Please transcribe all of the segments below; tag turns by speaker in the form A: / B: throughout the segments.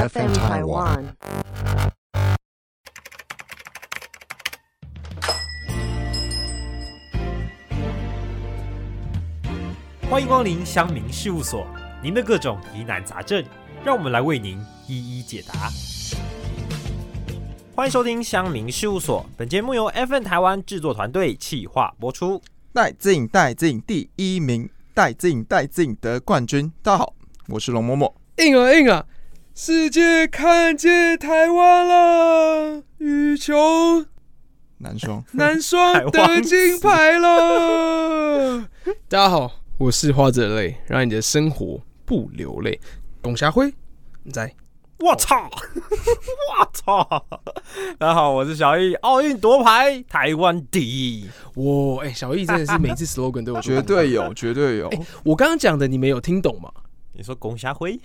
A: FM Taiwan.
B: 欢迎光临乡民事务所，您的各种疑难杂症，让我们来为您一一解答。欢迎收听乡民事务所，本节目由 FN 台湾制作团队企划播出。
C: 带进带进第一名，带进带进得冠军。大家好，我是龙嬷 嬷。
D: 硬啊硬啊！世界看见台湾了，羽球
C: 男双
D: 男双
B: 台湾
D: 得金牌了。 大家好，我是花泽类，让你的生活不流泪。董霞辉，你在？
B: 我操！ 我操！大家好，我是小易，奥运夺牌，台湾第一。
D: 哇，哎、小易真的是每次 slogan 都 有
C: 绝对有，绝对有。
D: 我刚刚讲的，你们有听懂吗？
B: 你说龚霞辉？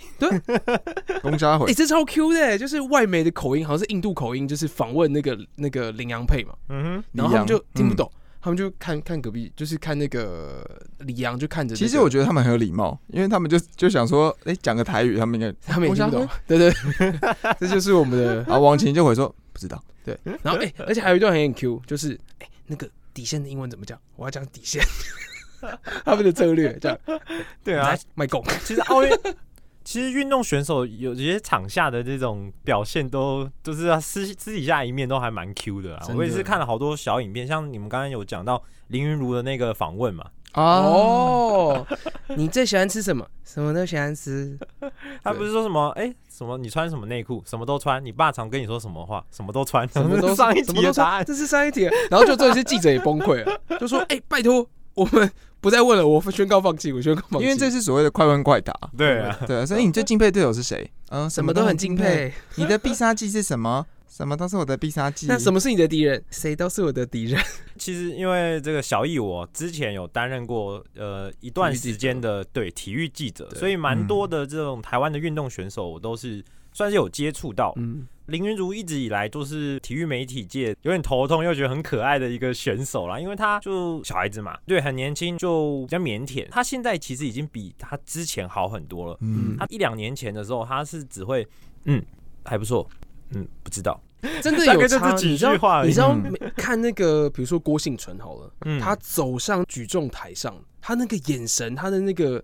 C: 龚家
D: 哎、
C: 辉，
D: 这超 Q 的、就是外媒的口音，好像是印度口音，就是访问那个那个羚羊配嘛。
B: 嗯
D: 然后他们
C: 李
D: 就
C: 阳
D: 听不懂，他们就看看隔壁，就是看那个李阳，就看着那个、
C: 其实我觉得他们很有礼貌，因为他们就就想说，哎，讲个台语，他们应该。
D: 他们也听不
C: 我
D: 懂，对对对 这就是我们的。
C: 然后王琴就回说不知道，
D: 然后 哎、而且还有一段很 Q，就是哎、那个底线的英文怎么讲？我要讲底线， 他们的策略这样。
B: 哼，对啊，
D: 卖狗，
B: 其实奥运， 其实运动选手有有些场下的这种表现都，都是他私私底下一面都还蛮 Q 的啦。
D: 真的
B: 我也是看了好多小影片，像你们刚刚有讲到林云如的那个访问嘛，
C: 哦，
D: 哦，你最喜欢吃什么？什么都喜欢吃。
B: 他
C: 对
B: 不是说什么哎、什么你穿什么内裤，什么都穿，你爸常跟你说什么话，什么都穿，
D: 什么 都
B: 上一
D: 什
B: 题
D: 么
B: 的
D: 都
B: 答
D: 说
B: 案，
D: 这是上一题。然后就这些记者也崩溃了， 就说：“哎、拜托，我们不再问了，我宣告放弃，我宣告放弃。”
C: 因为这是所谓的快问 快答。
B: 对啊，
C: 对啊，所以你最敬佩队友是谁？嗯，
D: 什么都很敬。佩，
C: 你的必杀技是什么？什么都是我的必杀技。
D: 那什
C: 么？
D: 么是你的敌人？谁都是我的敌人。
B: 其实因为这个小易，我之前有担任过呃一段时间的对体育记者，
D: 对
B: 所以蛮
C: 嗯
B: 多的这种台湾的运动选手，我都是算是有接触到。
D: 嗯，
B: 林云如一直以来都是体育媒体界有点头痛又觉得很可爱的一个选手啦，因为他就小孩子嘛，对，很年轻，就比较腼腆。他现在其实已经比他之前好很多了。
C: 嗯
B: 他，一两年前的时候，他是只会嗯还不错，嗯不知道，
D: 真的
B: 大概
D: 有
B: 就
D: 差。
B: 这几
D: 你知道
B: 句话而已
D: 你知道
C: 嗯
D: 每看那个，比如说郭幸存好了，
B: 嗯
D: 他走上举重台上，他那个眼神，他的那个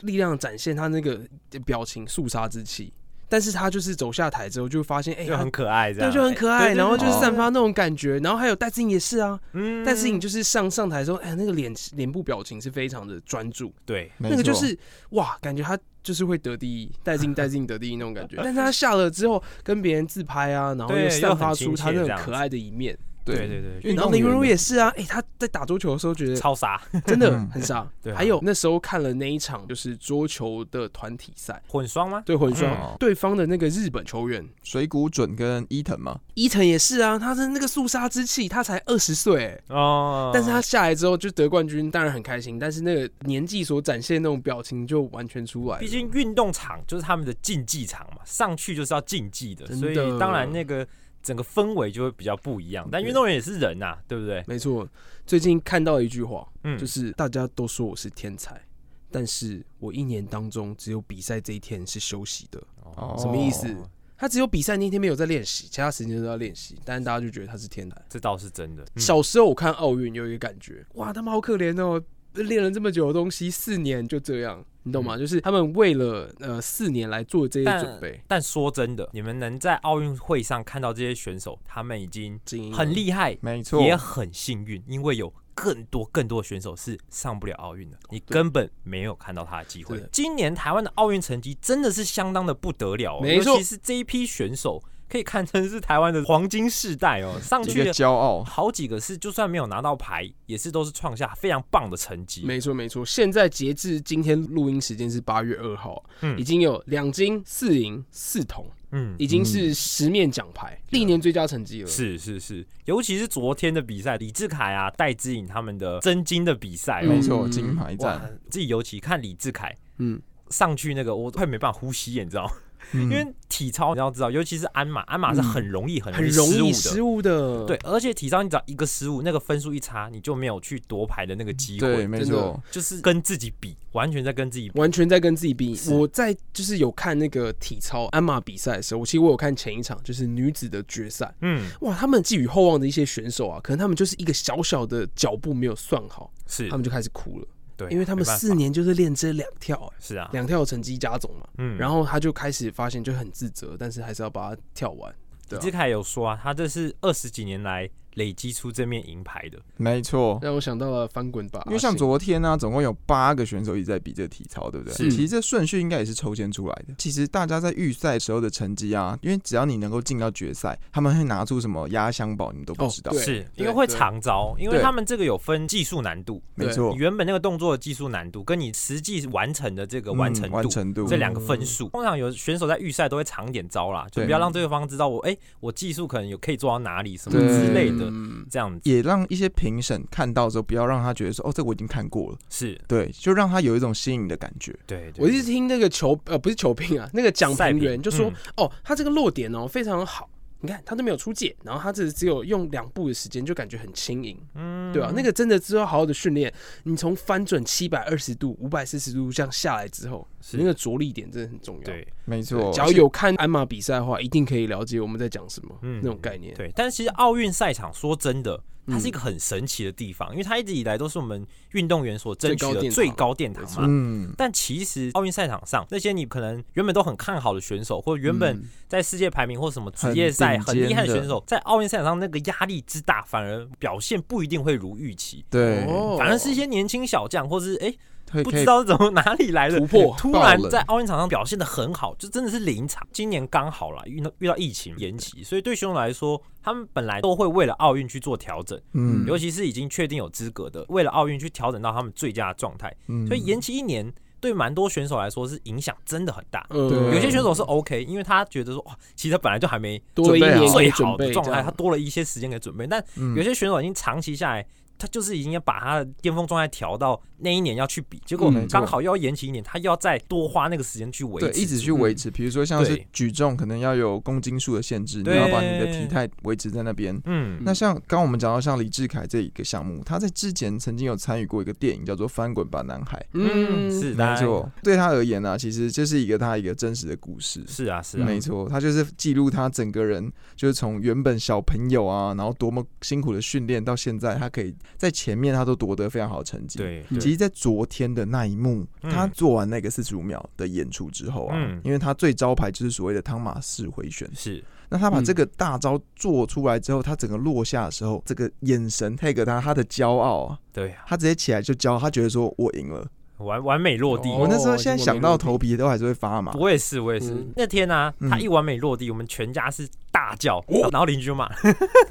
D: 力量展现，他那个表情肃杀之气。但是他就是走下台之后，就会发现，哎、
B: 就
D: 他
B: 很可爱这
D: 对，
B: 样，
D: 就很可
B: 对
D: 爱，
B: 对
D: 然后
B: 对哦
D: 就是
C: 对
D: 散发那种感觉，然后还有戴志颖也是啊，
B: 嗯
D: 戴志颖就是上上台之后，哎，那个脸脸部表情是非常的专注，
B: 对，
C: 没
D: 那个就
C: 错
D: 是哇，感觉他就是会得第一，戴进戴进得第一那种感 觉。但是他下了之后跟别人自拍啊，然后
B: 对
D: 又
B: 又
D: 散
B: 很
D: 发
B: 亲
D: 出他
B: 切
D: 那
B: 这
D: 种
B: 样
D: 可
B: 子
D: 爱的一面。
B: 对对对
C: 运
D: 然后
C: 动
D: 林
C: 员
D: 如
C: 的
D: 也是啊，哎、他在打桌球的时候 觉得
B: 超傻，
D: 真的
C: 嗯
D: 很傻。
B: 对啊
D: 还有那时候看了那一场就是桌球的团体赛，
B: 混双吗？
D: 对混双、
C: 嗯
D: 对方的那个日本球员
C: 水谷准跟伊藤嘛，
D: 伊藤也是啊，他的那个肃杀之气，他才二十岁、哎
B: 哦，
D: 但是他下来之后就得冠军，当然很开心，但是那个年纪所展现的那种表情就完全出来了。
B: 毕竟运动场就是他们的竞技场嘛，上去就是要竞技的，
D: 真
B: 所
D: 的
B: 以当然那个整个氛围就会比较不一样。但运动员也是人呐、啊对不对？
D: 没错，最近看到一句话，
B: 嗯，
D: 就是大家都说我是天才，但是我一年当中只有比赛这一天是休息的。
C: 哦
D: 什么意思他只有比赛那天没有在练习，其他时间都在练习，但是大家就觉得他是天才。
B: 这倒是真的。嗯
D: 小时候我看奥运有一个感觉，哇，他们好可怜哦，练了这么久的东西，四年就这样，你懂吗？
B: 嗯
D: 就是他们为了呃四年来做这些
B: 但
D: 准备，
B: 但说真的，你们能在奥运会上看到这些选手，他们已经
D: 精英
B: 很厉害，
C: 没错，
B: 也很幸运，因为有更多更多的选手是上不了奥运的，你
D: 对
B: 根本没有看到他的机会
D: 对。
B: 今年台湾的奥运成绩真的是相当的不得了、哦，
D: 没错
B: 尤其是这一批选手可以堪称是台湾的黄金世代 哦，上
C: 一
B: 去
C: 个
B: 的
C: 骄傲。
B: 好几个是就算没有拿到牌，也是都是创下非常棒的成绩。
D: 没错没错，现在截至今天录音时间是八月二号，
B: 嗯
D: 已经有两金四银四铜，
B: 嗯，
D: 已经是十面奖牌，历年最佳成绩了。
B: 是是是，尤其是昨天的比赛，李志凯啊、戴资颖他们的真金的比赛、哦，
C: 没错，
D: 嗯
C: 金牌
B: 哇
C: 战，，
B: 自己尤其看李志凯
D: 嗯，
B: 上去那个，我快没办法呼吸，你知道吗？
C: 因
B: 因为体操你要知道，尤其是鞍马，鞍马是很容易、很
D: 嗯很
B: 容
D: 容
B: 易
D: 易
B: 失
D: 失
B: 误的。
D: 误的。
B: 对，，而且体操你只要一个失误，那个分数一差，你就没有去夺牌的那个机
C: 对，
B: 会，
C: 没
D: 真的
C: 错，
B: 就是跟自己比，完全在跟自己比。
D: 完全在跟自己比。
B: 是
D: 我在就是有看那个体操鞍马比赛的时候，我其实我有看前一场，就是女子的决赛。
B: 嗯，
D: 哇，他们寄予厚望的一些选手啊，可能他们就是一个小小的脚步没有算好，
B: 是
D: 他，们就开始哭了，
B: 对，
D: 因为他们
B: 没办法
D: 四年就是练这两跳、欸
B: 是啊，
D: 两跳成绩加总嘛，
B: 嗯，
D: 然后他就开始发现就很自责，但是还是要把它跳完。
B: 李
D: 对啊
B: 志凯有说啊，他这是二十几年来累积出这面银牌的，
C: 没错。
D: 让我想到了翻滚吧，
C: 因为像
D: 阿信
C: 昨天呢、总共有八个选手一直在比这个体操，对不对？
B: 是
C: 其实这顺序应该也是抽签出来的。其实大家在预赛时候的成绩啊，因为只要你能够进到决赛，他们会拿出什么压箱宝，你都不
D: 哦
C: 知道。
D: 对
B: 是因
D: 对
B: 为会
D: 对
B: 长招，因为
C: 对
B: 他们这个有分技术难度，
C: 没
D: 对
C: 错
B: 你，原本那个动作的技术难度跟你实际完成的这个完成
C: 嗯
B: 度
C: 完。成度
B: 这两个分数，通常有选手在预赛都会藏一点招啦，就
C: 对
B: 不要让对方知道我哎、我技术可能有可以做到哪里什么
C: 对
B: 之类的，
D: 嗯
B: 这样子
C: 也让一些评审看到之后，不要让他觉得说哦，这我已经看过了，
B: 是
C: 对，就让他有一种新颖的感觉。
B: 对对。
D: 我一
B: 对
D: 直听那个球呃不是球评啊，那个讲
B: 赛
D: 评
B: 评
D: 员就说、
B: 嗯
D: 哦，他这个落点哦非常好，你看他都没有出界，然后他这只有用两步的时间就感觉很轻盈，
B: 嗯
D: 对啊，那个真的只要好好的训练，你从翻转七百二十度、五百四十度这样下来之后，
B: 是
D: 那个着力点真的很重要。
B: 对
C: 没
D: 对，
C: 错，
D: 只要有看鞍马比赛的话，一定可以了解我们在讲什么、
B: 嗯
D: 那种概念。
B: 对，但是其实奥运赛场说真的，它
D: 嗯
B: 是一个很神奇的地方，因为它一直以来都是我们运动员所争取
D: 最高
B: 的
D: 殿堂
B: 最高殿堂
D: 没
B: 嘛
D: 错。
C: 嗯，
B: 但其实奥运赛场上那些你可能原本都很看好的选手，或原本
D: 嗯
B: 在世界排名或什么职
C: 很
B: 业赛
C: 顶
B: 很厉害的
C: 尖的
B: 选手，在奥运赛场上那个压力之大，反而表现不一定会如预期。
C: 对，
D: 哦
B: 反而是一些年轻小将，或是哎、
C: 会
B: 不
C: 可
B: 知
C: 以
B: 道怎么哪里来的
D: 突破
B: 突
C: 爆
B: 然
C: 冷
B: 在奥运场上表现的很好，就真的是临场。今年刚好啦，遇到遇到疫情延期，所以对选手来说，他们本来都会为了奥运去做调整，
C: 嗯
B: 尤其是已经确定有资格的，为了奥运去调整到他们最佳的状态。
C: 嗯
B: 所以延期一年，对蛮多选手来说是影响真的很大。
D: 呃
C: 对
B: 有些选手是 OK，因为他觉得说哇，其实他本来就还没
D: 多了一
C: 准备
D: 年
C: 好
D: 可以
B: 最
D: 准
B: 好
D: 备
B: 的状
D: 这
B: 态，
D: 样
B: 他多了一些时间可以准备。但
C: 嗯
B: 有些选手已经长期下来，他就是已经要把他的巅峰状态调到那一年要去比，结果
C: 嗯没错
B: 刚好又要延期一年，他又要再多花那个时间去维
C: 对
B: 持，嗯
C: 一直去维持，比如说像是
B: 对
C: 举重，可能要有公斤数的限制，你
B: 对
C: 要把你的体态维持在那边。
B: 嗯，
C: 那像刚刚我们讲到像李志凯这一个项目，他在之前曾经有参与过一个电影叫做《翻滚吧，男孩》，
B: 嗯，是的
C: 没，错，对他而言呢、啊其实这是一个他一个真实的故事。
B: 是啊，是啊，
C: 没错，他就是记录他整个人，就是从原本小朋友啊，然后多么辛苦的训练，到现在他可以在前面他都夺得非常好的成绩。，
B: 对，
D: 嗯
B: 对
C: 其实，在昨天的那一幕，
B: 嗯
C: 他做完那个四十五秒的演出之后啊，
B: 嗯
C: 因为他最招牌就是所谓的汤马式回旋，
B: 是
C: 那
B: 嗯
C: 他把这个大招做出来之后，他整个落下的时候，这个眼神 take 他他的骄傲啊，
B: 对啊，
C: 他直接起来就骄傲，他觉得说我赢了。
B: 完完美落地。
D: 哦
C: 我那时候现在想到头皮都还是会发麻。
B: 我也是，我也是
D: 嗯。
B: 那天呢，
C: 啊嗯
B: 他一完美落地，我们全家是大叫
D: 哦，
B: 然后邻居就骂，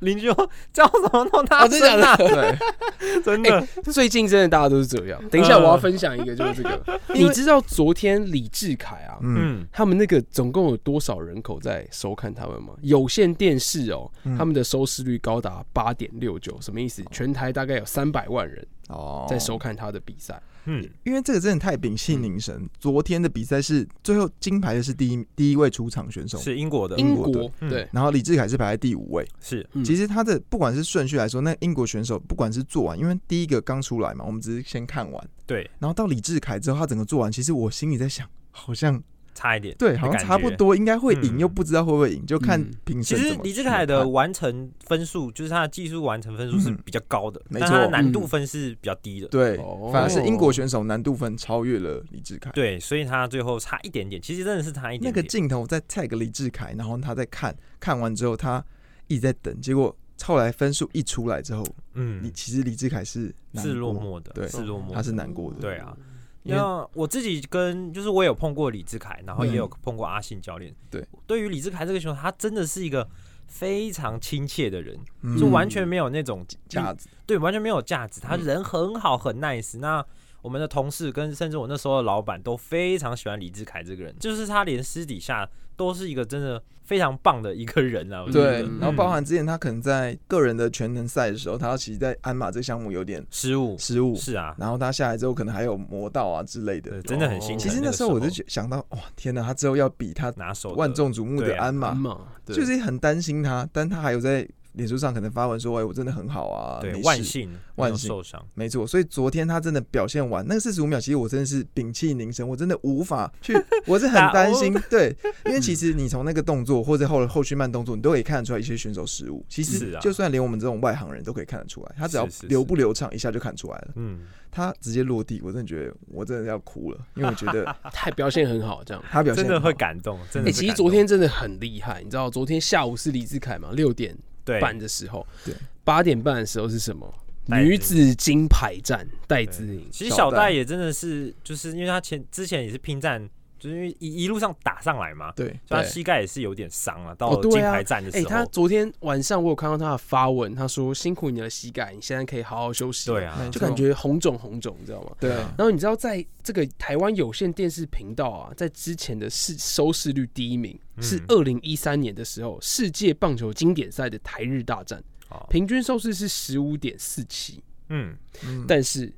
B: 邻居说叫什么弄他啊哎
D: 哦真的假
B: 真 的
D: 的
C: 对，
B: 真的，
D: 最近真的大家都是这样。等一下我要分享一个，就是这个， 你知道昨天李志凯啊，
C: 嗯，
B: 嗯，
D: 他们那个总共有多少人口在收看他们吗？有线电视哦，
C: 嗯
D: 他们的收视率高达八点六九，什么意
B: 哦
D: 思？全台大概有三百万人
C: 哦
D: 在收看他的比赛。
B: 嗯，
C: 因为这个真的太屏息凝神。昨天的比赛是最后金牌的是第一第一位出场选手，
B: 是英国的，
D: 英
C: 国
D: 国
B: 嗯
D: 对，
C: 然后李志凯是排在第五位。
B: 是
D: 嗯
C: 其实他的不管是顺序来说，那英国选手不管是做完，因为第一个刚出来嘛，我们只是先看完，
B: 对，
C: 然后到李志凯之后，他整个做完，其实我心里在想，好像
B: 差一点。
C: 对，好像差不多应该会赢，
B: 嗯
C: 又不知道会不会赢，就看
D: 嗯
C: 评
B: 其
C: 审
B: 实
C: 怎么
B: 李
C: 去
B: 志
C: 判
B: 凯的完成分数，就是他的技术完成分数是
C: 嗯
B: 比较高的，
C: 没
B: 但他的
C: 错
B: 难度分是比较低的。
C: 对，
D: 哦
C: 反而是英国选手难度分超越了李志凯。
B: 对，所以他最后差一点点，其实真的是差一
C: 那
B: 点
C: 个
B: 点。
C: 镜头在 tag 李志凯，然后他在看看完之后，他一直在等，结果后来分数一出来之后，你
B: 嗯，
C: 其实李志凯是难
B: 是落
C: 过
B: 寞的，
C: 对
B: 是落寞
C: 他
B: 的。
C: 是难过的，
B: 对啊，
C: 因为
B: 那我自己跟就是我有碰过李志凯，然后也有碰过阿信教练。
C: 嗯对，
B: 对于李志凯这个球，他真的是一个非常亲切的人，
C: 嗯
B: 就完全没有那种
C: 架子，
B: 对，完全没有架子，他
C: 嗯
B: 人很好，很 nice。那我们的同事跟甚至我那时候的老板都非常喜欢李志凯这个人，就是他连私底下都是一个真的非常棒的一个人啊。我觉
C: 对
B: 得，
C: 然后包含之前他可能在个人的全能赛的时候，他其实在鞍马这个项目有点
B: 失误
C: 失误，
B: 是啊，
C: 然后他下来之后可能还有磨到啊之类
B: 对，
C: 的。
B: 真的很心疼。
C: 哦其实
B: 那
C: 那
B: 个
C: 时候我就觉想到，哇，天哪，他之后要比他
B: 拿手的
C: 万众瞩目
B: 对
C: 的
B: 啊
C: 鞍马，
D: 嘛，对
C: 就是很担心他，但他还有在脸书上可能发文说，哎，我真的很好啊，
B: 对
C: 没事
B: 万幸没有
C: 万幸
B: 受伤，
C: 没错，所以昨天他真的表现完那四十五秒，其实我真的是屏气凝神，我真的无法去，我是很担心。对，因为其实你从那个动作或者后后续慢动作，你都可以看得出来一些选手失误。其
B: 是
C: 实
B: 啊
C: 就算连我们这种外行人都可以看得出来，他只要
B: 是是是
C: 流不流畅，一下就看出来了。
B: 嗯，
C: 他直接落地，我真的觉得我真的要哭了，因为我觉得
D: 太表现很好，这样。
C: 他表现
B: 真的会
C: 改。
B: 感动，真
D: 哎、
B: 的是感动。
D: 其实昨天真的很厉害，你知道，昨天下午是李志凯嘛，六点
B: 对
D: 半的时候，
C: 对，
D: 八点半的时候是什么？
B: 戴资颖
D: 女子金牌战，戴资颖，
B: 其实
C: 小
B: 小
C: 戴
B: 戴也真的是，就是因为他前之前也是拼战，就是因为一一路上打上来嘛，
C: 对，
B: 所以他
D: 对
B: 膝盖也是有点伤了。到
D: 哦
B: 金
D: 对啊
B: 牌战的
D: 哎、
B: 时
D: 他
B: 候，
D: 昨天晚上我有看到他的发文，他说辛苦你的膝盖，你现在可以好好休息。
B: 对，啊
C: 没，
D: 就
C: 错
D: 感觉红肿红肿，你知道吗？
C: 对啊
D: 然后你知道，在这个台湾有线电视频道啊，在之前的市收视率第一名
B: 嗯
D: 是二零一三年的时候世界棒球经典赛的台日大战，
B: 哦
D: 平均收视是十五点四七，
B: 嗯，
C: 嗯
D: 但是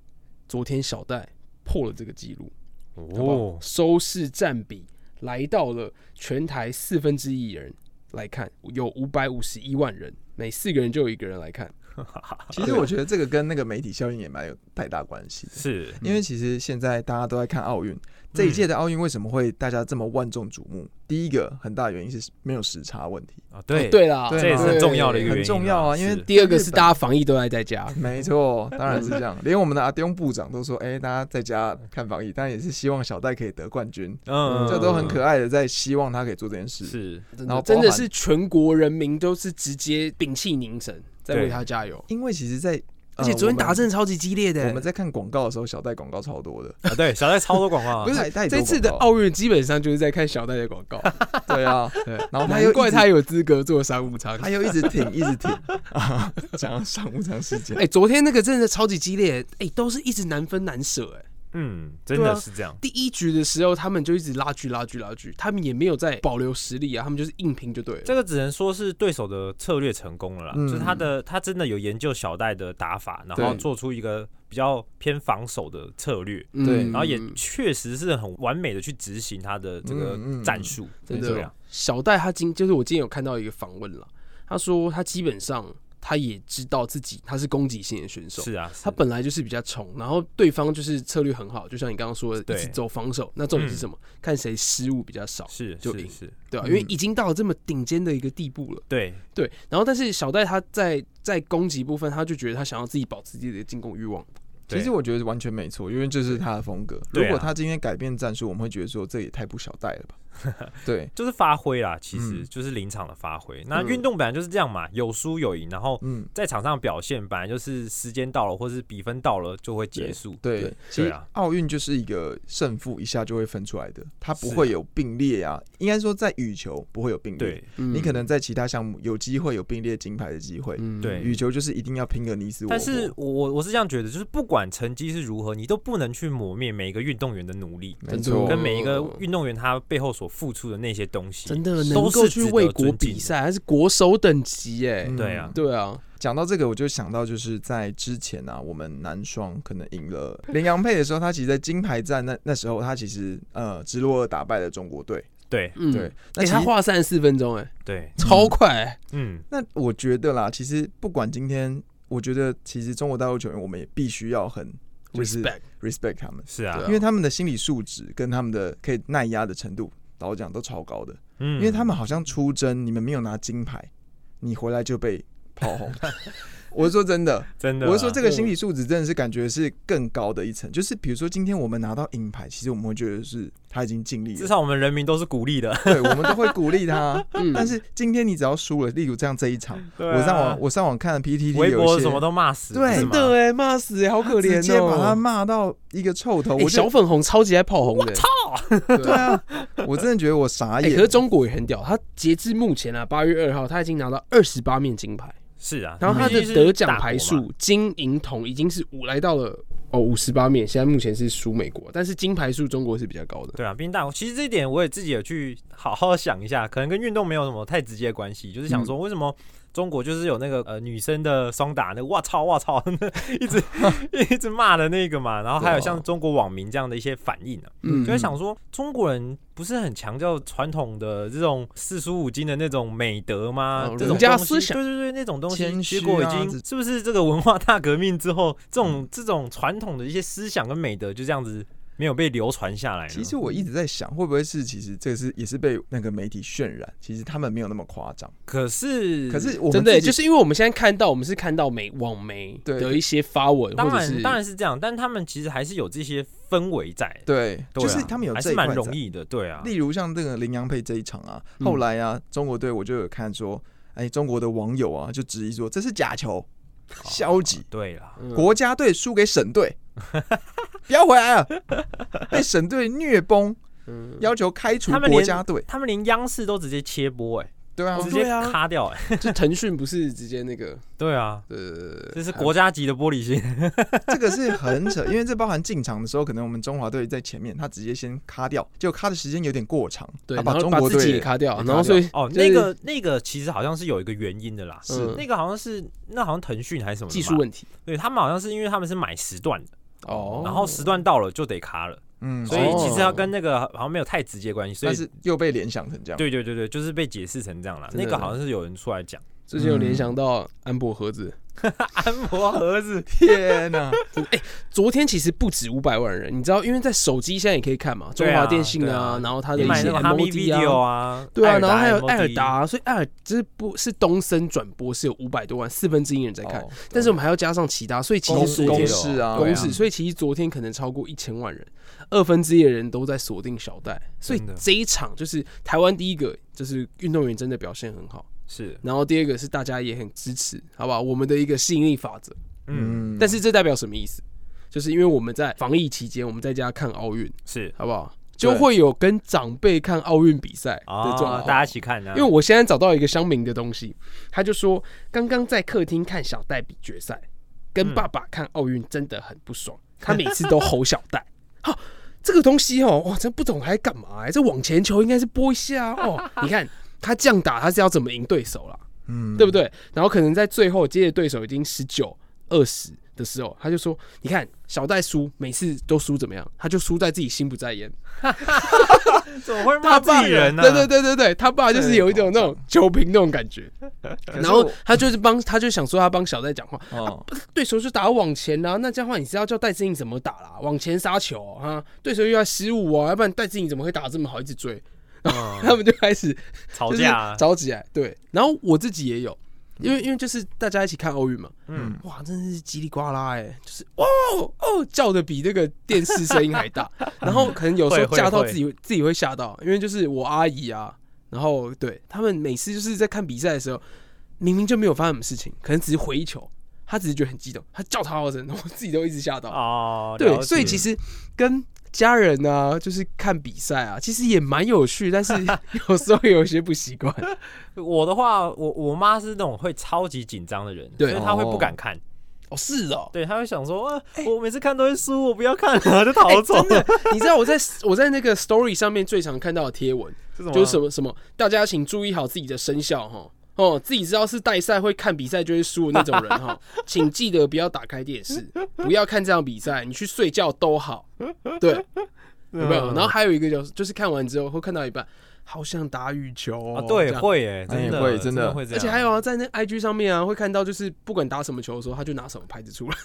D: 昨天小戴破了这个记录，
B: 哦，
D: 收视占比来到了全台四分之一人来看，有五百五十一万人，每四个人就有一个人来看。
C: 其实我觉得这个跟那个媒体效应也蛮有太大关系的。
B: 是
C: 因为其实现在大家都在看奥运，
B: 嗯
C: 这一届的奥运为什么会大家这么万众瞩目？第一个很大的原因是没有时差问题，
B: 啊，对
D: 哦对啦，
C: 对
B: 这也是很重要的一个原因
C: 很
B: 啦，
C: 重要啊因为
B: 是
D: 第二个是大家防疫都待在家，
C: 没 错，当然是这样。连我们的阿东部长都说：“哎、大家在家看防疫，当然也是希望小戴可以得冠军。
B: 嗯，
C: 这都很可爱的，在希望他可以做这件事。
B: 是
D: 真
C: 然
D: 的
C: 后
D: 真
C: 包
D: 的
C: 含
D: 是全国人民都是直接屏气凝神，在为他加油。
C: 因为其实在，
D: 而且昨天打
C: 正
D: 阵超级激烈的、
C: 我们在看广告的时候，小戴广告超多的。
B: 啊，对，小戴超多广告啊
D: 不，是
C: 太太多
D: 这次的
C: 广告
D: 奥运基本上就是在看小戴的广 告，
C: 对啊，对。然后他又
D: 难
C: 一
D: 怪
C: 直
D: 他，有资格做商务舱。
C: 他又一 直挺，一直挺啊，讲到上午长时 间
D: 哎、。昨天那个真的超级激烈，哎、都是一直难分难舍、哎，
B: 嗯，真
D: 对
B: 的
D: 啊
B: 是这样，
D: 第一局的时候他们就一直拉锯、拉锯、拉锯，他们也没有在保留实力啊，他们就是硬拼就对了。
B: 这个只能说是对手的策略成功了啦，
C: 嗯
B: 就是他的他真的有研究小戴的打法，然后
C: 对
B: 做出一个比较偏防守的策略，
D: 嗯
C: 对
B: 然后也确实是很完美的去执行他的这个
C: 嗯嗯哦嗯
B: 战术，
D: 真
B: 对
D: 的
B: 啊，
D: 小戴他今就是我今天有看到一个访问了，他说他基本上他也知道自己他是攻击性的选手，
B: 是啊，
D: 他
B: 是
D: 本来就是比较冲，然后对方就是策略很好，就像你刚刚说的，
B: 对
D: 一直走防守。那重点是什么？看谁失误比较少，
B: 是
D: 就是赢
B: 是，
D: 对吧、
C: 嗯
D: 因为已经到了这么顶尖的一个地步了，
B: 对，
D: 对。然后，但是小戴他在在攻击部分，他就觉得他想要自己保持自己的进攻欲望。
C: 其实
B: 对
C: 我觉得完全没错，因为这是他的风格。
B: 对
C: 如
B: 啊
C: 果他今天改变战术，我们会觉得说这也太不小戴了吧？对，
B: 就是发挥啦，其实
C: 嗯
B: 就是临场的发挥。那
D: 嗯
B: 运动本来就是这样嘛，有输有赢，然后
C: 嗯，
B: 在场上表现本来就是时间到了或是比分到了就会结束。
C: 对
D: 对，
C: 其
B: 对
C: 实
B: 啊
C: 奥运就是一个胜负一下就会分出来的，它不
B: 是啊
C: 会有并列啊。应该说在羽球不会有并列，
B: 对
D: 嗯
C: 你可能在其他项目有机会有并列金牌的机会，
D: 嗯
B: 对
C: 羽球就是一定要拼个你死我活。
B: 但是我我我是这样觉得，就是不管成绩是如何，你都不能去磨灭每一个运动员的努力，
C: 没
D: 哦
C: 错
B: 跟，每一个运动员他背后所付出的那些东西。
D: 真的能
B: 都
D: 够
B: 是
D: 去
B: 值得
D: 为国
B: 尊敬
D: 比
B: 的
D: 赛，还是国手等级哎、
C: 嗯
B: 对啊
D: 对啊，
C: 讲到这个，我就想到就是在之前啊，我们男双可能赢了林洋配的时候，他其实在金牌战那那时候，他其实呃直落二打败了中国队。
B: 对
D: 嗯，
C: 对，那其
D: 哎、
C: 实
D: 他花三十四分钟哎、
B: 对，
D: 超快、 哎
B: 嗯，
C: 那我觉得啦，其实不管今天，我觉得其实中国大陆球员，我们也必须要很就是
D: respect，
C: respect 他们，
B: 是啊
D: 对啊，
C: 因为他们的心理素质跟他们的可以耐压的程度，老实讲都超高的。
B: 嗯，
C: 因为他们好像出征，你们没有拿金牌，你回来就被炮 轰。我是说真的，
B: 真的啊，
C: 我是说这个心理素质真的是感觉是更高的一层。就是比如说今天我们拿到银牌，其实我们会觉得是他已经尽力
B: 啊至
C: 了，
B: 少我们人民都是鼓励的。
C: 对，我们都会鼓励 他。
D: 嗯
C: 但是今天你只要输了，例如这样这一场，
B: 对啊
C: 我上网我上网看了 PTT
B: 微
C: 有
B: 博
C: 一些
B: 什么都骂死，
C: 对
B: 是
D: 真
B: 吗
D: 的哎、骂死、哎好可怜
C: 直
D: 哦、
C: 接把他骂到一个臭
B: 哎
C: 头，
D: 欸
C: 我
D: 小
C: 就
D: 粉红超级爱炮红的、操！
C: 对啊， 我真的觉得我傻
D: 哎、
C: 眼。
D: 可是中国也很屌，他截至目前啊，八月二号他已经拿到二十八面金牌，
B: 是啊，
D: 然后他
B: 毕
D: 的
B: 竟是
D: 得奖
B: 大国
D: 牌
B: 嘛
D: 数金银铜已经是五来到了哦，五十八面，现在目前是输美国，但是金牌数中国是比较高的。
B: 对啊，毕竟大国其实这一点我也自己有去好好想一下，可能跟运动没有什么太直接的关系，就是想说为什么中国就是有那个呃女生的双打那个哇操哇操， 一直一直骂的那个嘛，然后还有像中国网民这样的一些反应啊，
C: 嗯
B: 就在想说中国人不是很强调传统的这种四书五经的那种美德吗？
D: 哦
B: 这
D: 儒
B: 种
D: 家
B: 东西
D: 思想
B: 对对对，那种东西，
C: 谦虚
B: 结
C: 啊
B: 果已经
C: 这
B: 是不是这个文化大革命之后，这种这种传统的一些思想跟美德就这样子没有被流传下来呢？
C: 其实我一直在想，会不会是其实这个是也是被那个媒体渲染，其实他们没有那么夸张。
B: 可是
C: 可是我们
D: 真的耶，
C: 自己
D: 就是因为我们现在看到，我们是看到美网媒
C: 对
D: 的一些发文，
B: 当
D: 或者
B: 然
D: 是
B: 当然是这样，但他们其实还是有这些氛围在，
C: 对，
B: 对啊
C: 就是他们有
B: 还
C: 这
B: 是
C: 一块
B: 蛮
C: 在。
B: 容易的，对啊。
C: 例如像这个林洋配这一场啊，
D: 嗯
C: 后来啊，中国队我就有看说，哎，中国的网友啊就质疑说这是假球，消极，
B: 哦对啦，
D: 嗯
C: 国家队输给省队，不要回来了，被省队虐 崩，
D: 嗯
C: 要求开除
B: 他们连
C: 国家队。
B: 他们连央视都直接切播、欸，
C: 对啊
B: 哎、
D: 哦，
B: 直接
D: 对啊
B: 卡掉、欸，哎，
D: 就腾讯不是直接 那个
B: 对啊，
D: 呃，
B: 这是国家级的玻璃心，
C: 这个是很扯，因为这包含进场的时候，可能我们中华队在前面，他直接先卡掉，结果卡的时间有点过长，
D: 对，
C: 他
D: 然
C: 把
D: 后
C: 中
D: 把
C: 国
D: 自己也
C: 队
D: 卡掉，
C: 也
D: 然
C: 卡掉
D: 后所以
B: 哦，
D: 就
B: 那
D: 是
B: 个那个其实好像是有一个原因的啦，
C: 是
D: 嗯
B: 那个好像是那好像腾讯还是什么的
D: 技
B: 嘛
D: 术问题
B: 对他们好像是因为他们是买时段的，
D: 哦，
B: 然后时段到了就得卡了，
C: 嗯，
B: 所以其实它跟那个好像没有太直接关系，所
C: 但
B: 以
C: 是又被联想成这样。
B: 对对对对，就是被解释成这样了。
D: 真的
B: 那个好像是有人出来讲
D: 最近有联想到安博盒子，
B: 安摩盒子，
C: 天哪、
D: 昨天其实不止五百万人，你知道，因为在手机现在也可以看嘛，中
B: 对啊
D: 华电信
B: 对
D: 啊
B: 啊，
D: 然后它的
B: 你
D: 一
B: 买
D: 些
B: 那个哈密
D: MOD
B: video
D: 啊。
B: 啊，
D: 对啊，
B: 艾尔达
D: 然后还有
B: MOD
D: 艾尔达，所以艾尔这不是东森转播是有五百多万，四分之一人在看
C: 哦，
D: 但是我们还要加上其他，所以其
C: 公
D: 实
C: 式
D: 昨
C: 公
D: 天
C: 式啊，
B: 哦对啊
D: 公式，所以其实昨天可能超过一千万人，二分之一的人都在锁定小戴，所以
B: 真的
D: 这一场就是台湾第一个就是运动员真的表现很好，
B: 是，
D: 然后第二个是大家也很支持，好不好？我们的一个吸引力法则，
B: 嗯，
D: 但是这代表什么意思？就是因为我们在防疫期间，我们在家看奥运，
B: 是
D: 好不好？
C: 对
D: 就会有跟长辈看奥运比赛的
B: 啊
D: 这种，，
B: 大家一起看啊，
D: 因为我现在找到一个乡民的东西，他就说刚刚在客厅看小戴比决赛，跟
B: 嗯
D: 爸爸看奥运真的很不爽，他每次都吼小戴。哈，这个东西哦，哇，真不懂还干嘛、欸？这往前球应该是拨一下啊哦。你看他这样打，他是要怎么赢对手啦？
C: 嗯
D: 对不对？然后可能在最后接着对手已经十九、二十的时候，他就说：“你看小戴输，每次都输怎么样？他就输在自己心不在焉。
B: 怎么会骂
D: 他
B: 自
D: 爸
B: 己人呢？啊
D: 对对对对对，他爸就是有一种那种酒瓶那种感觉。然后他就是帮，他就想说他帮小戴讲话，
C: 哦，
D: 对手就打往前啦、那这样的话你是要叫戴志颖怎么打啦？往前杀球哦哈、对手又要失误啊，要不然戴志颖怎么会打得这么好，一直追？
B: 嗯，
D: 他们就开始
B: 吵
D: 就是
B: 架啊，
D: 吵起来。对，然后我自己也有，因为因为就是大家一起看奥运嘛，
B: 嗯，
D: 哇，真的是叽里呱啦哎、就是哦哦叫的比那个电视声音 还大，然后可能有时
B: 会
D: 候
B: 会
D: 吓到
B: 会
D: 自己自己会吓到，因为就是我阿姨啊，然后对他们每次就是在看比赛的时候，明明就没有发生什么事情，可能只是回一球，她只是觉得很激动，她叫她好声，然后我自己都一直吓到。
B: 哦，了
D: 对，
B: 解
D: 所以其实跟家人啊，就是看比赛啊，其实也蛮有趣， 但是有时候有些不习惯。
B: 我的话，我我妈是那种会超级紧张的人，
D: 对
B: 所以她会不
C: 哦
B: 敢看，
D: 哦，是哦。
B: 对，她会想说，啊我每次看都会输，我不要看了，就逃走
D: 哎真的，你知道我在我在那个 story 上面最常看到的贴文，
B: 这
D: 就是什
B: 么
D: 么什么，大家请注意好自己的生肖哈。哦，自己知道是带赛会看比赛就会输的那种人哈，请记得不要打开电视，不要看这样比赛，你去睡觉都好。对，
B: 嗯
D: 有没有？
B: 啊
D: 然后还有一个就是，就是看完之后会看到一半，好想打羽球、
B: 啊，
D: 哦
B: 对，
D: 这样
B: 会哎，
C: 哎
B: 真的
C: 会真
B: 真
C: 的
B: 会这
D: 而
B: 样，
D: 且还有啊，在那 IG 上面啊，会看到就是不管打什么球的时候，他就拿什么牌子出来，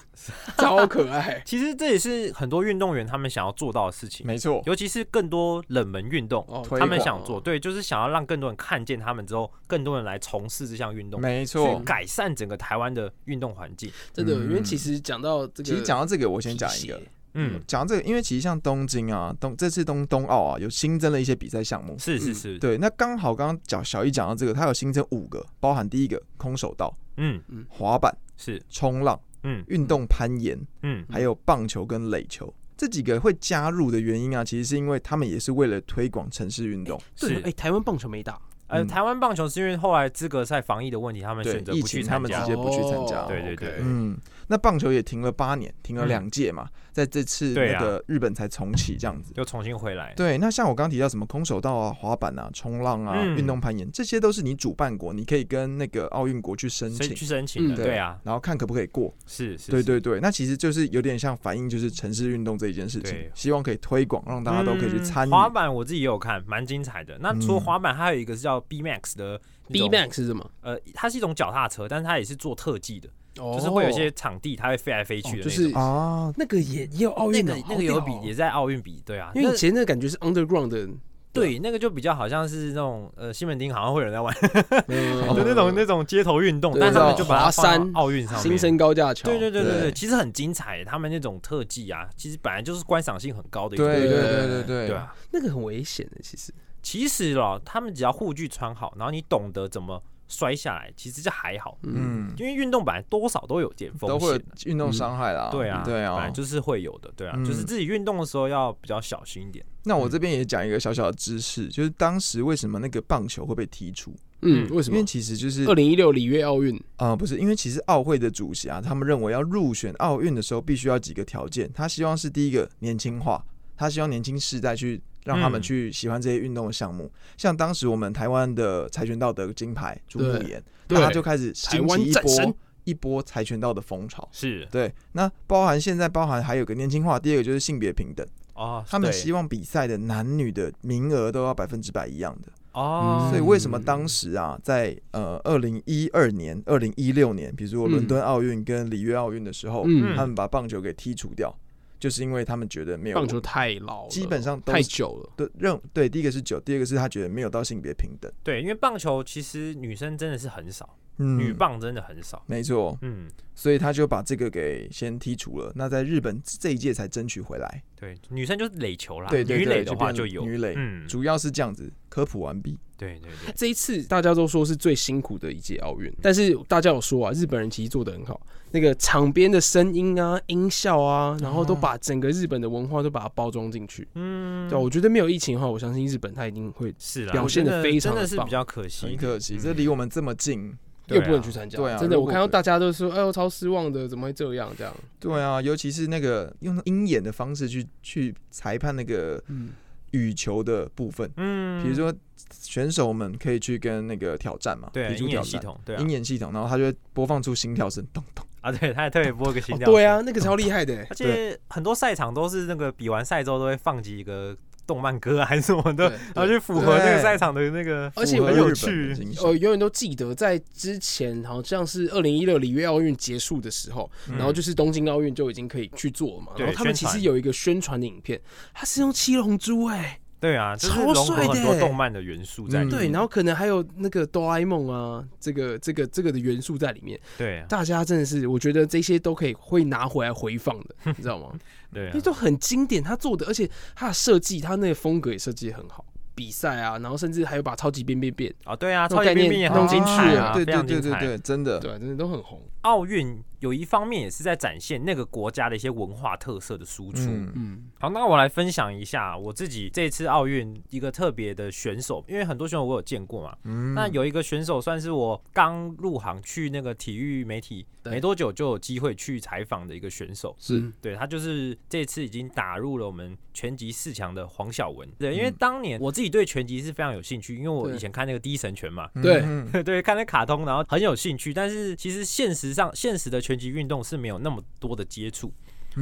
D: 超可爱。
B: 其实这也是很多运动员他们想要做到的事情，
C: 嗯没错，
B: 尤其是更多冷门运动，
D: 哦
C: 推
B: 他们
C: 广
B: 想做，对，就是想要让更多人看见他们之后，更多人来从事这项运动，
C: 没错
B: 去。改善整个台湾的运动环境。
D: 真的，
C: 嗯
D: 因为其实讲到这个，
C: 其实讲到这个，我先讲一个
D: 皮鞋，
B: 嗯，
C: 讲到这个，因为其实像东京啊，东这次东冬奥啊，有新增了一些比赛项目。
B: 是是是，
C: 嗯对，那刚好刚刚讲小一讲到这个，它有新增五个，包含第一个空手道、
B: 嗯
C: 滑板、
B: 是，
C: 冲浪、
B: 嗯
C: 运动攀岩，
B: 嗯
C: 还有棒球跟垒球。这几个会加入的原因啊，其实是因为他们也是为了推广城市运动。
D: 对，哎、
B: 是，
D: 台湾棒球没打，
B: 呃，
C: 嗯
B: 台湾棒球是因为后来资格赛防疫的问题，他们
C: 对
B: 选择
C: 疫
B: 不去
C: 情
B: 参
C: 他们
B: 加
C: 直接。不去参加
D: 哦
B: 对对对
D: OK
C: 嗯，那棒球也停了八年，停了
B: 嗯
C: 两届嘛，在这次
B: 对
C: 那
B: 啊
C: 个日本才重启这样子。
B: 又重新回来，
C: 对，那像我刚刚提到什么空手道啊、滑板啊、冲浪啊、
B: 嗯
C: 运动攀岩，这些都是你主办国，你可以跟那个奥运国去申
B: 所以
C: 请，
B: 去申请的，
D: 嗯
B: 对啊，
C: 然后看可不可以过。
B: 是是，
C: 对
B: 是
C: 对对，那其实就是有点像反映就是城市运动这一件事情
B: 对，
C: 希望可以推广，让大家都可以去
B: 嗯
C: 参与。
B: 滑板我自己也有看，蛮精彩的。那除了
C: 嗯
B: 滑板，还有一个是叫 B Max 的那
D: B
B: 种
D: Max 是什么？
B: 呃，它是一种脚踏车，但是它也是做特技的，
D: 哦
B: 就是会有一些场地它会飞来飞去的那
D: 就
B: 种。
D: 是
C: 啊，
D: 那个也也有奥
B: 那
D: 运的啊哦
B: 个，那个有比也在奥运比，对啊，
D: 因为
B: 那
D: 以前那个感觉是 underground 的，
B: 对那个就比较好像是那种呃西门町好像会有人在玩
D: 的
B: 的那种那种街头运动，
D: 哦对
B: 但他们就把它
D: 华山
B: 放到奥运上
D: 新
B: 面。
D: 生高架桥，
B: 对对对对
C: 对
B: 对，其实很精彩，他们那种特技啊，其实本来就是观赏性很高的
C: 对对
B: 一个运动。
C: 对对对
B: 对啊，
D: 那个很危险的，其实
B: 其实咯，他们只要护具穿好，然后你懂得怎么摔下来，其实就还好，
D: 嗯，
C: 嗯，
B: 因为运动本来多少都有点
C: 都
B: 风
C: 会有
B: 险啊。
C: 运动伤害啦。
B: 对啊，
C: 对
B: 本
C: 啊
B: 来，就是会有的，对啊，
C: 嗯
B: 就是自己运动的时候要比较小心一点。
C: 那
D: 嗯
C: 我这边也讲一个小小的知识，就是当时为什么那个棒球会被踢出？
D: 嗯，
B: 嗯
D: 为什
C: 因
D: 么
C: 为？其实就是
D: 二零一六里约奥运，
C: 呃，不是，因为其实奥会的主席啊，他们认为要入选奥运的时候，必须要几个条件。他希望是第一个年轻化，他希望年轻世代去让他们
B: 嗯
C: 去喜欢这些运动的项目。像当时我们台湾的跆拳道得金牌朱木炎，那他就开始
D: 台
C: 兴
D: 湾
C: 起一
D: 战神
C: 波一波跆拳道的风潮。
B: 是
C: 对，那包含现在包含还有个年轻化，第二个就是性别平等，
B: 哦，
C: 他们
B: 对
C: 希望比赛的男女的名额都要百分之百一样的。
B: 哦，
D: 嗯
C: 所以为什么当时啊，在呃二零一二年、二零一六年，比如说
B: 嗯
C: 伦敦奥运跟里约奥运的时候，
D: 嗯
C: 他们把棒球给剔除掉，就是因为他们觉得没有
D: 棒球太老了，
C: 基本上都
D: 太
C: 是
D: 久了，
C: 的认对，第一个是九，第二个是他觉得没有到性别平等。
B: 对，因为棒球其实女生真的是很少，
C: 嗯
B: 女棒真的很少。
C: 没错，
B: 嗯，
C: 所以他就把这个给先剔除了。那在日本这一届才争取回来，
B: 对，女生就是垒球啦，
C: 对对
B: 啊女
C: 对，
B: 垒
C: 就
B: 的话
C: 变
B: 就有，
C: 女垒，
B: 嗯，
C: 主要是这样子。科普完毕，
B: 对对对，
D: 这一次大家都说是最辛苦的一届奥运，但是大家有说啊，日本人其实做的很好，那个场边的声音啊、音效啊，然后都把整个日本的文化都把它包装进去。
B: 嗯
D: 对啊，我觉得没有疫情的话，我相信日本它一定会
B: 是啦，
D: 表现得
B: 我觉
D: 非常
B: 真
D: 地
B: 的是
D: 棒
B: 比较可惜
C: 很，可惜，
B: 嗯
C: 这离我们这么近。
B: 对
D: 又
B: 啊
D: 不能去参加。
C: 对啊
D: 真的，
C: 如
D: 我
C: 果
D: 看到大家都说，哎呦，超失望的，怎么会这样？这样，
C: 对啊，尤其是那个用鹰眼的方式去去裁判那个
D: 嗯，
C: 羽球的部分，
B: 嗯，
C: 比如说选手们可以去跟那个挑战嘛，
B: 对啊
C: 提出
B: 鹰
C: 挑
B: 眼系
C: 战。
B: 统，对啊
C: 鹰眼系统，然后他就会播放出心跳声，咚咚。
B: 啊，对，他还特别播个心
D: 哦
B: 跳，
D: 对，啊，那个超厉 害的欸，
B: 而且很多赛场都是那个比完赛之后都会放几个动漫歌啊还是什么的，
D: 对
B: 然后去符合那个
C: 对哦
B: 赛场的那个，
D: 而且
C: 符合
D: 我
B: 很
C: 日
B: 有
C: 本
B: 趣
C: 的精神
D: 我永远都记得，在之前好像是二零一六里约奥运结束的时候，
B: 嗯
D: 然后就是东京奥运就已经可以去做了嘛。
B: 对
D: 然后他们其
B: 宣传
D: 实有一个宣传的影片，它是用七龙珠哎，
B: 对啊，就是
D: 超
B: 融合
D: 帅的
B: 很多
D: 欸
B: 动漫的元素在
C: 嗯
B: 里面，
D: 对，然后可能还有那个哆啦 A 梦啊，这个这个这个的元素在里面。
B: 对啊
D: 大家真的是，我觉得这些都可以会拿回来回放的，你知道吗？
B: 对啊
D: 那，都很经典，他做的，而且他的设计，他那个风格也设计得很好。比赛啊，然后甚至还有把超级变变变，
B: 啊对啊，
D: 那种
B: 超级
D: 概念
B: 兵兵也
D: 弄
B: 很
D: 进
B: 精
D: 去
B: 彩
D: 啊
B: 啊，
C: 哦对
B: 非
C: 对
B: 常
C: 对
B: 精
C: 对
B: 彩。
C: 对，真的。
D: 对啊，真的都很红。
B: 奥运有一方面也是在展现那个国家的一些文化特色的输出。
C: 嗯
D: 嗯，
B: 好，那我来分享一下我自己这次奥运一个特别的选手，因为很多选手我有见过嘛。
C: 嗯
B: 那有一个选手算是我刚入行去那个体育媒体
D: 对
B: 没多久就有机会去采访的一个选手。
C: 是
B: 对他就是这次已经打入了我们拳击四强的黄晓雯。对，因为当年我自己对拳击是非常有兴趣，因为我
D: 嗯对
B: 以前看那个《第一神拳》嘛，
D: 对
C: 嗯
B: 对，看那卡通，然后很有兴趣，但是其实现实上，现实的拳击运动是没有那么多的接触。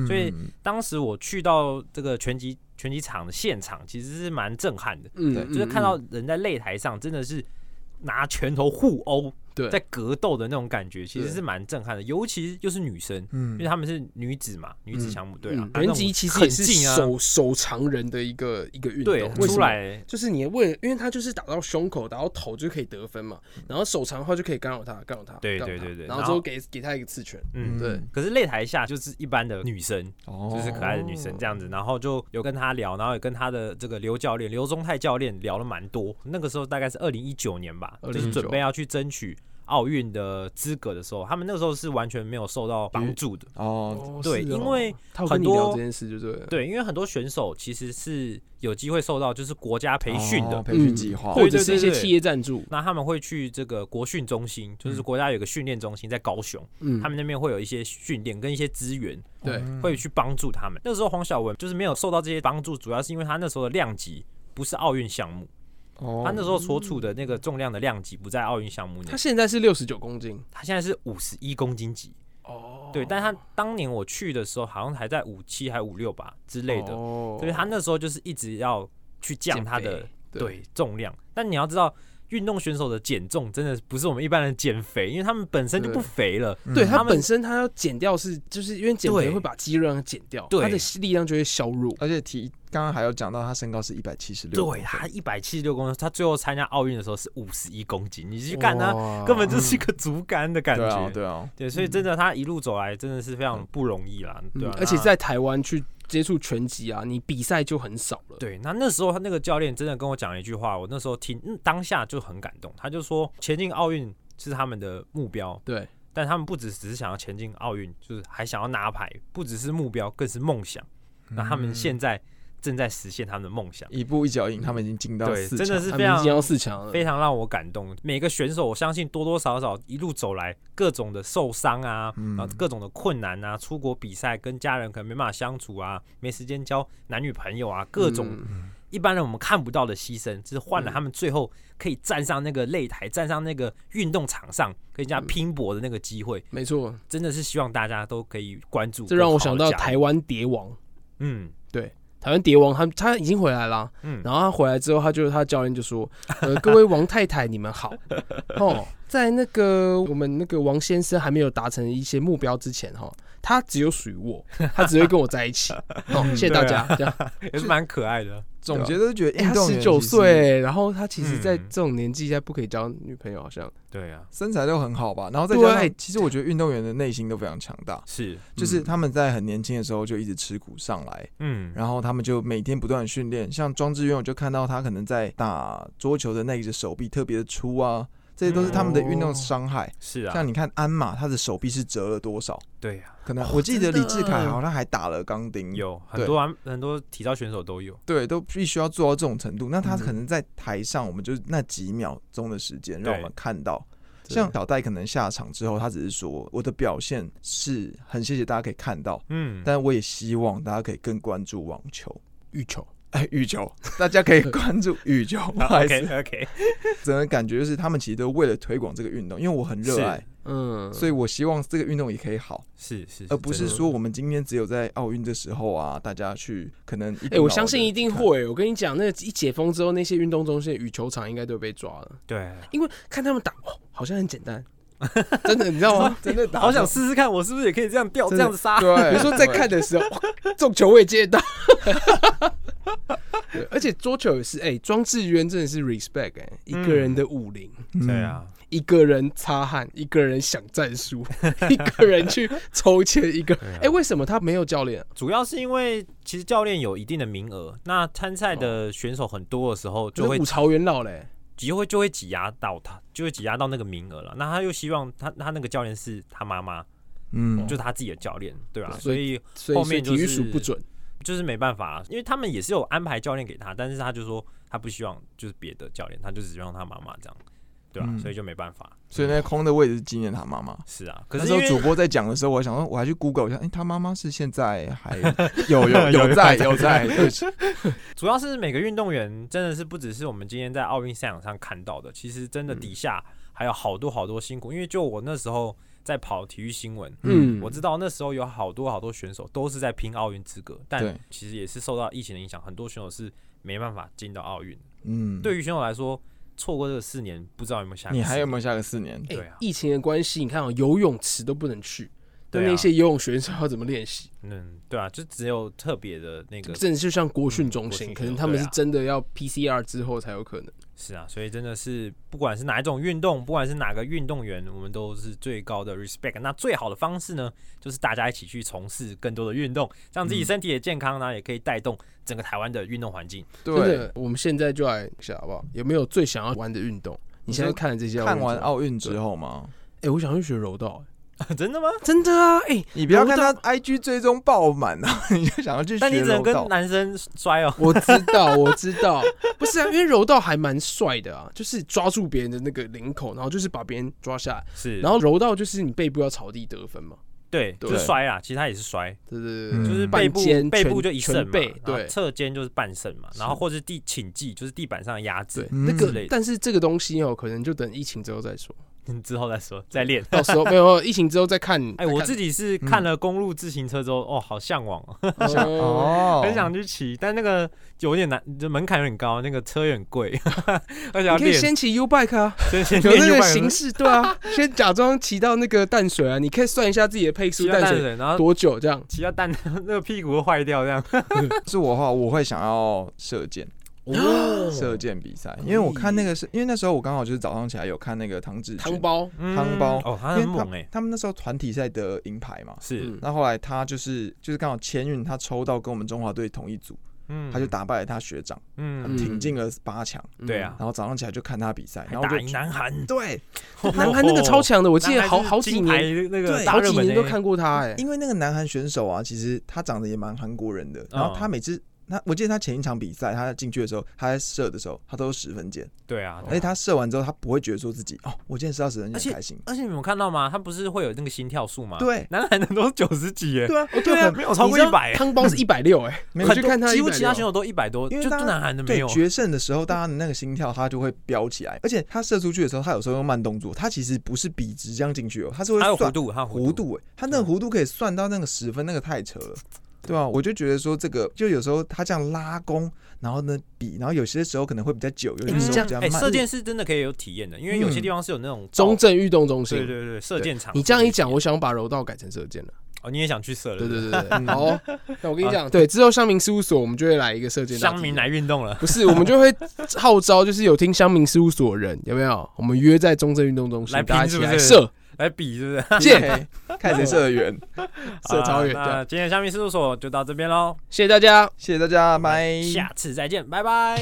B: 所以
C: 嗯
B: 当时我去到这个拳击拳击场的现场，其实是蛮震撼的，
D: 嗯
C: 对
B: 就是看到人在擂台上真的是拿拳头互殴，
D: 对啊
B: 在格斗的那种感觉，其实是蛮震撼的，尤其又是女生。因
C: 嗯，
B: 为她们是女子嘛，女子
C: 嗯
B: 强母队啊
D: 嗯，
B: 那种
D: 拳击其实也
B: 很
D: 是
B: 近啊，
D: 手、手长人的一个一个运动，
B: 对
D: 为什
B: 出
D: 么？
B: 来嗯
D: 就是你为了，因为他就是打到胸口，打到头就可以得分嘛，然后手长的话就可以干扰他，干扰他，
B: 对
D: 干扰他
B: 对对对
D: 然后之后给给他一个刺拳，
B: 嗯，
D: 对
B: 可是擂台下就是一般的女生，
C: 哦
B: 就是可爱的女生这样子，然后就有跟她聊，然后也跟她的这个刘教练刘宗泰教练聊了蛮多。那个时候大概是二零一九年吧，
D: 2019
B: 就是准备要去争取奥运的资格的时候，他们那个时候是完全没有受到帮助的。
C: 哦，
B: 对
D: 是哦
B: 因为
D: 他有跟
B: 很
D: 你
B: 多
D: 聊这件事，就对了。嗯
B: 对，因为很多选手其实是有机会受到就是国家培训的
C: 哦，培训
D: 嗯
C: 计划，
D: 或者是
B: 对
D: 一些
B: 对对
D: 企业赞助，
B: 那他们会去这个国训中心，就是
C: 嗯
B: 国家有个训练中心在高雄，
D: 嗯，
B: 他们那边会有一些训练跟一些资源，
D: 对
C: 嗯
B: 会去帮助他们。那时候黄晓雯就是没有受到这些帮助，主要是因为他那时候的量级不是奥运项目，
C: 哦
B: 他那时候所处的那个重量的量级不在奥运项目内
D: 他，现在是六十九公斤
B: 他现在是五十一公斤级。
D: 哦
B: 对，但他当年我去的时候，好像还在五七还五六吧之类的，
D: 哦
B: 所以他那时候就是一直要去降他
D: 减
B: 的
D: 肥
B: 对重量。但你要知道，运动选手的减重真的不是我们一般人减肥，因为他们本身就不
D: 对
B: 肥了。
D: 对
B: 嗯他
D: 他
B: 们
D: 本身他要减掉是就是因为减肥
B: 对
D: 会把肌肉量减掉，
B: 对
D: 他的力量就会削弱。
C: 而且提刚刚还有讲到他身高是一百七十六，
B: 对他一百七十六公斤，他最后参加奥运的时候是五十一公斤，你去看他
D: 哇
B: 根本就是一个竹竿的感
C: 对啊
B: 觉。
C: 对啊，
B: 对，所以真的他一路走来真的是非常不容易啦，对
D: 嗯
B: 啊。
D: 而且
B: 那
D: 在台湾去接触拳击啊，你比赛就很少了。
B: 对，那那时候他那个教练真的跟我讲了一句话，我那时候听、嗯当下就很感动。他就说，前进奥运是他们的目标，
D: 对
B: 但他们不只只是想要前进奥运，就是还想要拿牌，不只是目标，更是梦想。那他们现在正在实现他们的梦想，
C: 一步一脚印，他们已经进到
B: 对，
C: 四
B: 真的
C: 强
B: 是
D: 他
B: 非
D: 们已
B: 常
D: 经啊要四强了。
B: 非常让我感动。每个选手，我相信多多少少一路走来，各种的受伤啊，
C: 嗯
B: 然后各种的困难啊，出国比赛跟家人可能没办法相处啊，没时间交男女朋友啊，各种
D: 嗯
B: 一般人我们看不到的牺牲，就是换了
D: 嗯
B: 他们最后可以站上那个擂台，站上那个运动场上跟人家
D: 嗯
B: 拼搏的那个机会，
D: 没错，
B: 真的是希望大家都可以关注。
D: 这让我想
B: 跟好
D: 到
B: 好地加
D: 台
B: 油，
D: 湾蝶王，
B: 嗯
D: 台湾蝶王他他已经回来啊啦。
B: 嗯，
D: 然后他回来之后，他就他教练就说：“呃，各位王太太，你 们好哦，在那个我们那个王先生还没有达成一些目标之前，哈、哦，他只有属于我，他只会跟我在一 起。哦，谢谢大家。这样，
B: 也是蛮可爱的。
C: 总结都是觉得
D: 哎
C: 啊运
D: 他
C: 动员
D: 十九
C: 其实
D: 岁，然后他其实，在
B: 嗯
D: 这种年纪现在不可以交女朋友，好像
B: 对啊，
C: 身材都很好吧，然后再加
D: 对
C: 上其实我觉得运动员的内心都非常强大，
B: 是，
C: 就是
D: 嗯
C: 他们在很年轻的时候就一直吃苦上来，
B: 嗯，
C: 然后他们就每天不断的训练。像庄智渊，我就看到他可能在打桌球的那一只手臂特别的粗啊，这些都是他们的运动伤害。
B: 是
D: 嗯
B: 啊，
C: 像你看鞍马，他的手臂是折了多少？
B: 对啊，
C: 可能我记得
D: 哦真的
C: 李志凯好像还打了钢
D: 嗯
C: 钉，
B: 有很
C: 对
B: 多啊很多体操选手都有。
C: 对，都必须要做到这种程度。那他
D: 嗯
C: 可能在台上，我们就是那几秒钟的时间，让我
B: 对
C: 们看到。
D: 对
C: 像小戴可能下场之后，他只是说我的表现是很谢谢大家可以看到，
B: 嗯，
C: 但我也希望大家可以更关注网球。
D: 欲求。
C: 哎，羽球，大家可以关注羽球。不
B: 啊
C: 好意思，
B: OK OK，
C: 整个感觉就是他们其实都为了推广这个运动，因为我很热爱，
D: 嗯，
C: 所以我希望这个运动也可以好，
B: 是是，
C: 而不是
B: 真的
C: 说我们今天只有在奥运的时候啊，大家去可能一股脑
D: 哎、
C: 地
D: 我相信一定
C: 看。
D: 会。我跟你讲，那一解封之后，那些运动中心的羽球场应该都被抓了，
B: 对。
D: 因为看他们打，哦，好像很简 单，真的，你知道吗？
C: 真的打
B: 好想试试看，我是不是也可以这样吊、这
C: 真的
B: 样子 杀？
C: 对，
D: 比如说在看的时候， 哇中球我也接得到。对而且桌球也是，哎、庄智渊真的是 respect 哎、一个人的武林，
C: 嗯
B: 对，啊，
D: 一个人擦汗，一个人想战术， 一个人去抽签，一个
B: 对啊
D: 哎、为什么他没有教练、啊？
B: 主要是因为其实教练有一定的名额，那参赛的选手很多的时候就会
D: 五朝元老嘞、
B: 就会就会挤压到他，就会挤压到那个名额了。那他又希望他他那个教练是他妈妈，
C: 嗯，
B: 就是他自己的教练，对啊，
D: 对
B: 所以
D: 所以
B: 后面
D: 所以体育
B: 就是
D: 署不准。
B: 就是没办法啦，因为他们也是有安排教练给他，但是他就说他不希望就是别的教练，他就只让他妈妈这样，对啊，
C: 嗯
B: 所以就没办法。
C: 所以那空的位置是纪念他妈妈。
B: 是啊，可
C: 那
B: 是
C: 时
B: 因
C: 候
B: 为
C: 主播在讲的时候，我还想说，我还去 Google 一下，哎，他妈妈是现在还有 有
B: 有
C: 有在有
B: 哎
C: 在，对不起
B: 主要是每个运动员真的是不只是我们今天在奥运赛场上看到的，其实真的底下还有好多好多辛苦。因为就我那时候在跑体育新闻，
D: 嗯，
B: 我知道那时候有好多好多选手都是在拼奥运资格，但
C: 对
B: 其实也是受到疫情的影响，很多选手是没办法进到奥运。
C: 嗯，
B: 对于选手来说，错过这个四年，不知道有没有下一次。
C: 你还有没有下个四年？
D: 哎、
B: 对啊
D: 疫情的关系，你看哦，游泳池都不能去，那
B: 对啊
D: 那些游泳选手要怎么练习？
B: 嗯，对啊，就只有特别的那个
D: 真的就像国训中
B: 嗯
D: 心，
B: 国训
D: 可能他们
B: 对啊
D: 是真的要 PCR 之后才有可能。
B: 是啊，所以真的是不管是哪一种运动，不管是哪个运动员，我们都是最高的 respect。那最好的方式呢，就是大家一起去从事更多的运动，让自己
C: 嗯
B: 身体也健康呢，也可以带动整个台湾的运动环境。
D: 真
C: 对，
D: 的，我们现在就来想好不好？有没有最想要玩的运动？你现在看哦了这些，
C: 看完，奥运之后吗？
D: 哎，我想去学柔道，
B: 真的吗？
D: 真的啊，哎，
C: 你不要看他 IG 追踪爆满啊， 你就想要去学
B: 但你只能
C: 柔
B: 跟
C: 道。
B: 男生摔哦。
D: 我知道， 我知道，不是啊，因为柔道还蛮帅的啊，就是抓住别人的那个领口，然后就是把别人抓下来，
B: 是，
D: 然后柔道就是你背部要朝地得分嘛，
B: 对，
D: 对
B: 就摔啦，其实他也是摔，
D: 对对
C: 嗯
D: 对，
B: 就是
D: 半
B: 背部
D: 肩
B: 背
D: 全
B: 部就一
D: 全
B: 胜嘛，
D: 背
B: 然后
D: 对
B: 侧肩就是半胜嘛，然后
D: 是
B: 或是地请技就是地板上的压
D: 对
B: 制，，
C: 嗯
D: 那
C: 之
B: 类
D: 个
B: 的
D: 但是这个东西哦，可能就等疫情之后再说，
B: 之后再说再练。
D: 到时候没有疫情之后再看。
B: 哎，我自己是看了公路自行车之后，哦，好向往哦，
D: 己想
C: 哦，
B: 很想去骑，但那个有点难，就门槛有点高，那个车有点贵， 而且要
D: 你可以
B: 练，
D: 先骑 U bike 啊，
B: 先 先
D: 有
B: 练
D: 那
B: 一
D: 个
B: 半
D: 形式，对啊， 先假装骑到那个淡水啊，你可以算一下自己的配速
B: 骑到
D: 淡
B: 淡
D: 水
B: 水，然后
D: 多久这样。
B: 骑到淡那个屁股会坏掉这样。
C: 是我的话，我会想要射箭，
D: 哦
C: 射箭比赛，因为我看那个是因为那时候我刚好就是早上起来有看那个唐志
D: 汤
C: 军，
D: 包，
B: 嗯
C: 汤包
B: 哦，他
C: 因
B: 很
C: 为
B: 猛
C: 他欸
B: 哎，
C: 他们那时候团体赛得银牌嘛，
B: 是
D: 嗯，
C: 那后来他就是就是刚好签运，他抽到跟我们中华队同一组，
B: 嗯
C: 他就打败了他学长，
B: 嗯
D: 嗯
C: 挺进了八强。
B: 对啊
C: 然后早上起来就看他比赛，
B: 还
C: 然后我
B: 打
C: 就
B: 赢南韩，
C: 对，
D: 南嗯韩那个超强的，我
B: 我
D: 记得好好几年，
B: 哦那个
C: 对
B: 大
D: 好
B: 热
D: 几
B: 门
D: 年都
B: 欸
D: 看过他哎、
C: 因为那个南韩选手啊，其实他长得也蛮韩国人的，然后
B: 哦
C: 他每次。他我记得他前一场比赛，他进去的时候，他在射的时候，他都是十分箭，
B: 对啊，
D: 哦
C: 而且他射完之后，他不会觉得说自己哦，我今天射到十分
B: 而且
C: 箭很开心。
B: 而且你们有看到吗？他不是会有那个心跳数吗？
C: 对
B: 男孩的都是九十几耶，
C: 对啊，
D: 对啊
C: 就很
B: 没有超过
D: 你知道
B: 一百耶，
D: 汤 包是一百六哎，
C: 没有
D: 我
B: 很
D: 去
B: 多
D: 看他
B: 几乎其他
D: 160
B: 选手都一百多，
C: 因
B: 就
C: 为
B: 就
C: 大家
B: 男孩的没
C: 对
B: 有。
C: 决胜的时候，大家的那个心跳他就会飙起来，而且他射出去的时候，他有时候用慢动作，他其实不是笔直这样进去哦，他是会
B: 还有弧
C: 算
B: 度，还有
C: 弧
B: 弧度，
C: 度、欸，他那个弧度可以算到那个十分，那个太扯了，对吧、啊？我就觉得说这个，就有时候他这样拉弓，然后呢比，然后有些时候可能会比较久，有些
D: 嗯
C: 时
D: 这
C: 候
D: 样
C: 比较
B: 哎，
C: 慢。
B: 射箭是真的可以有体验的，因为有些地方是有那种
D: 中
B: 正，
D: 正运动中心。
B: 对对对，射箭场。
D: 你这样一讲，我想把柔道改成射箭了。
B: 哦，你也想去射了？
D: 对对
B: 不
D: 对对，对
C: 嗯
D: 好 哦，那我跟你讲，对，之后乡民事务所我们就会来一个射箭大
B: 啊乡民啊
D: 比赛
B: 来运动了，
D: 不是，我们就会号召，就是有听乡民事务所的人有没有？我们约在中正运动中
B: 来
D: 心，
B: 拼
D: 大家一起
B: 是不
D: 来
B: 是
D: 射
B: 来比是不是？
D: 箭。
C: OK，看谁射得远。
D: 射超远
B: 好
D: 这
B: 啦那今天的乡民事务所就到这边喽，
D: 谢谢大家。嗯
C: 谢谢大家，拜。
B: 下次再见，拜拜。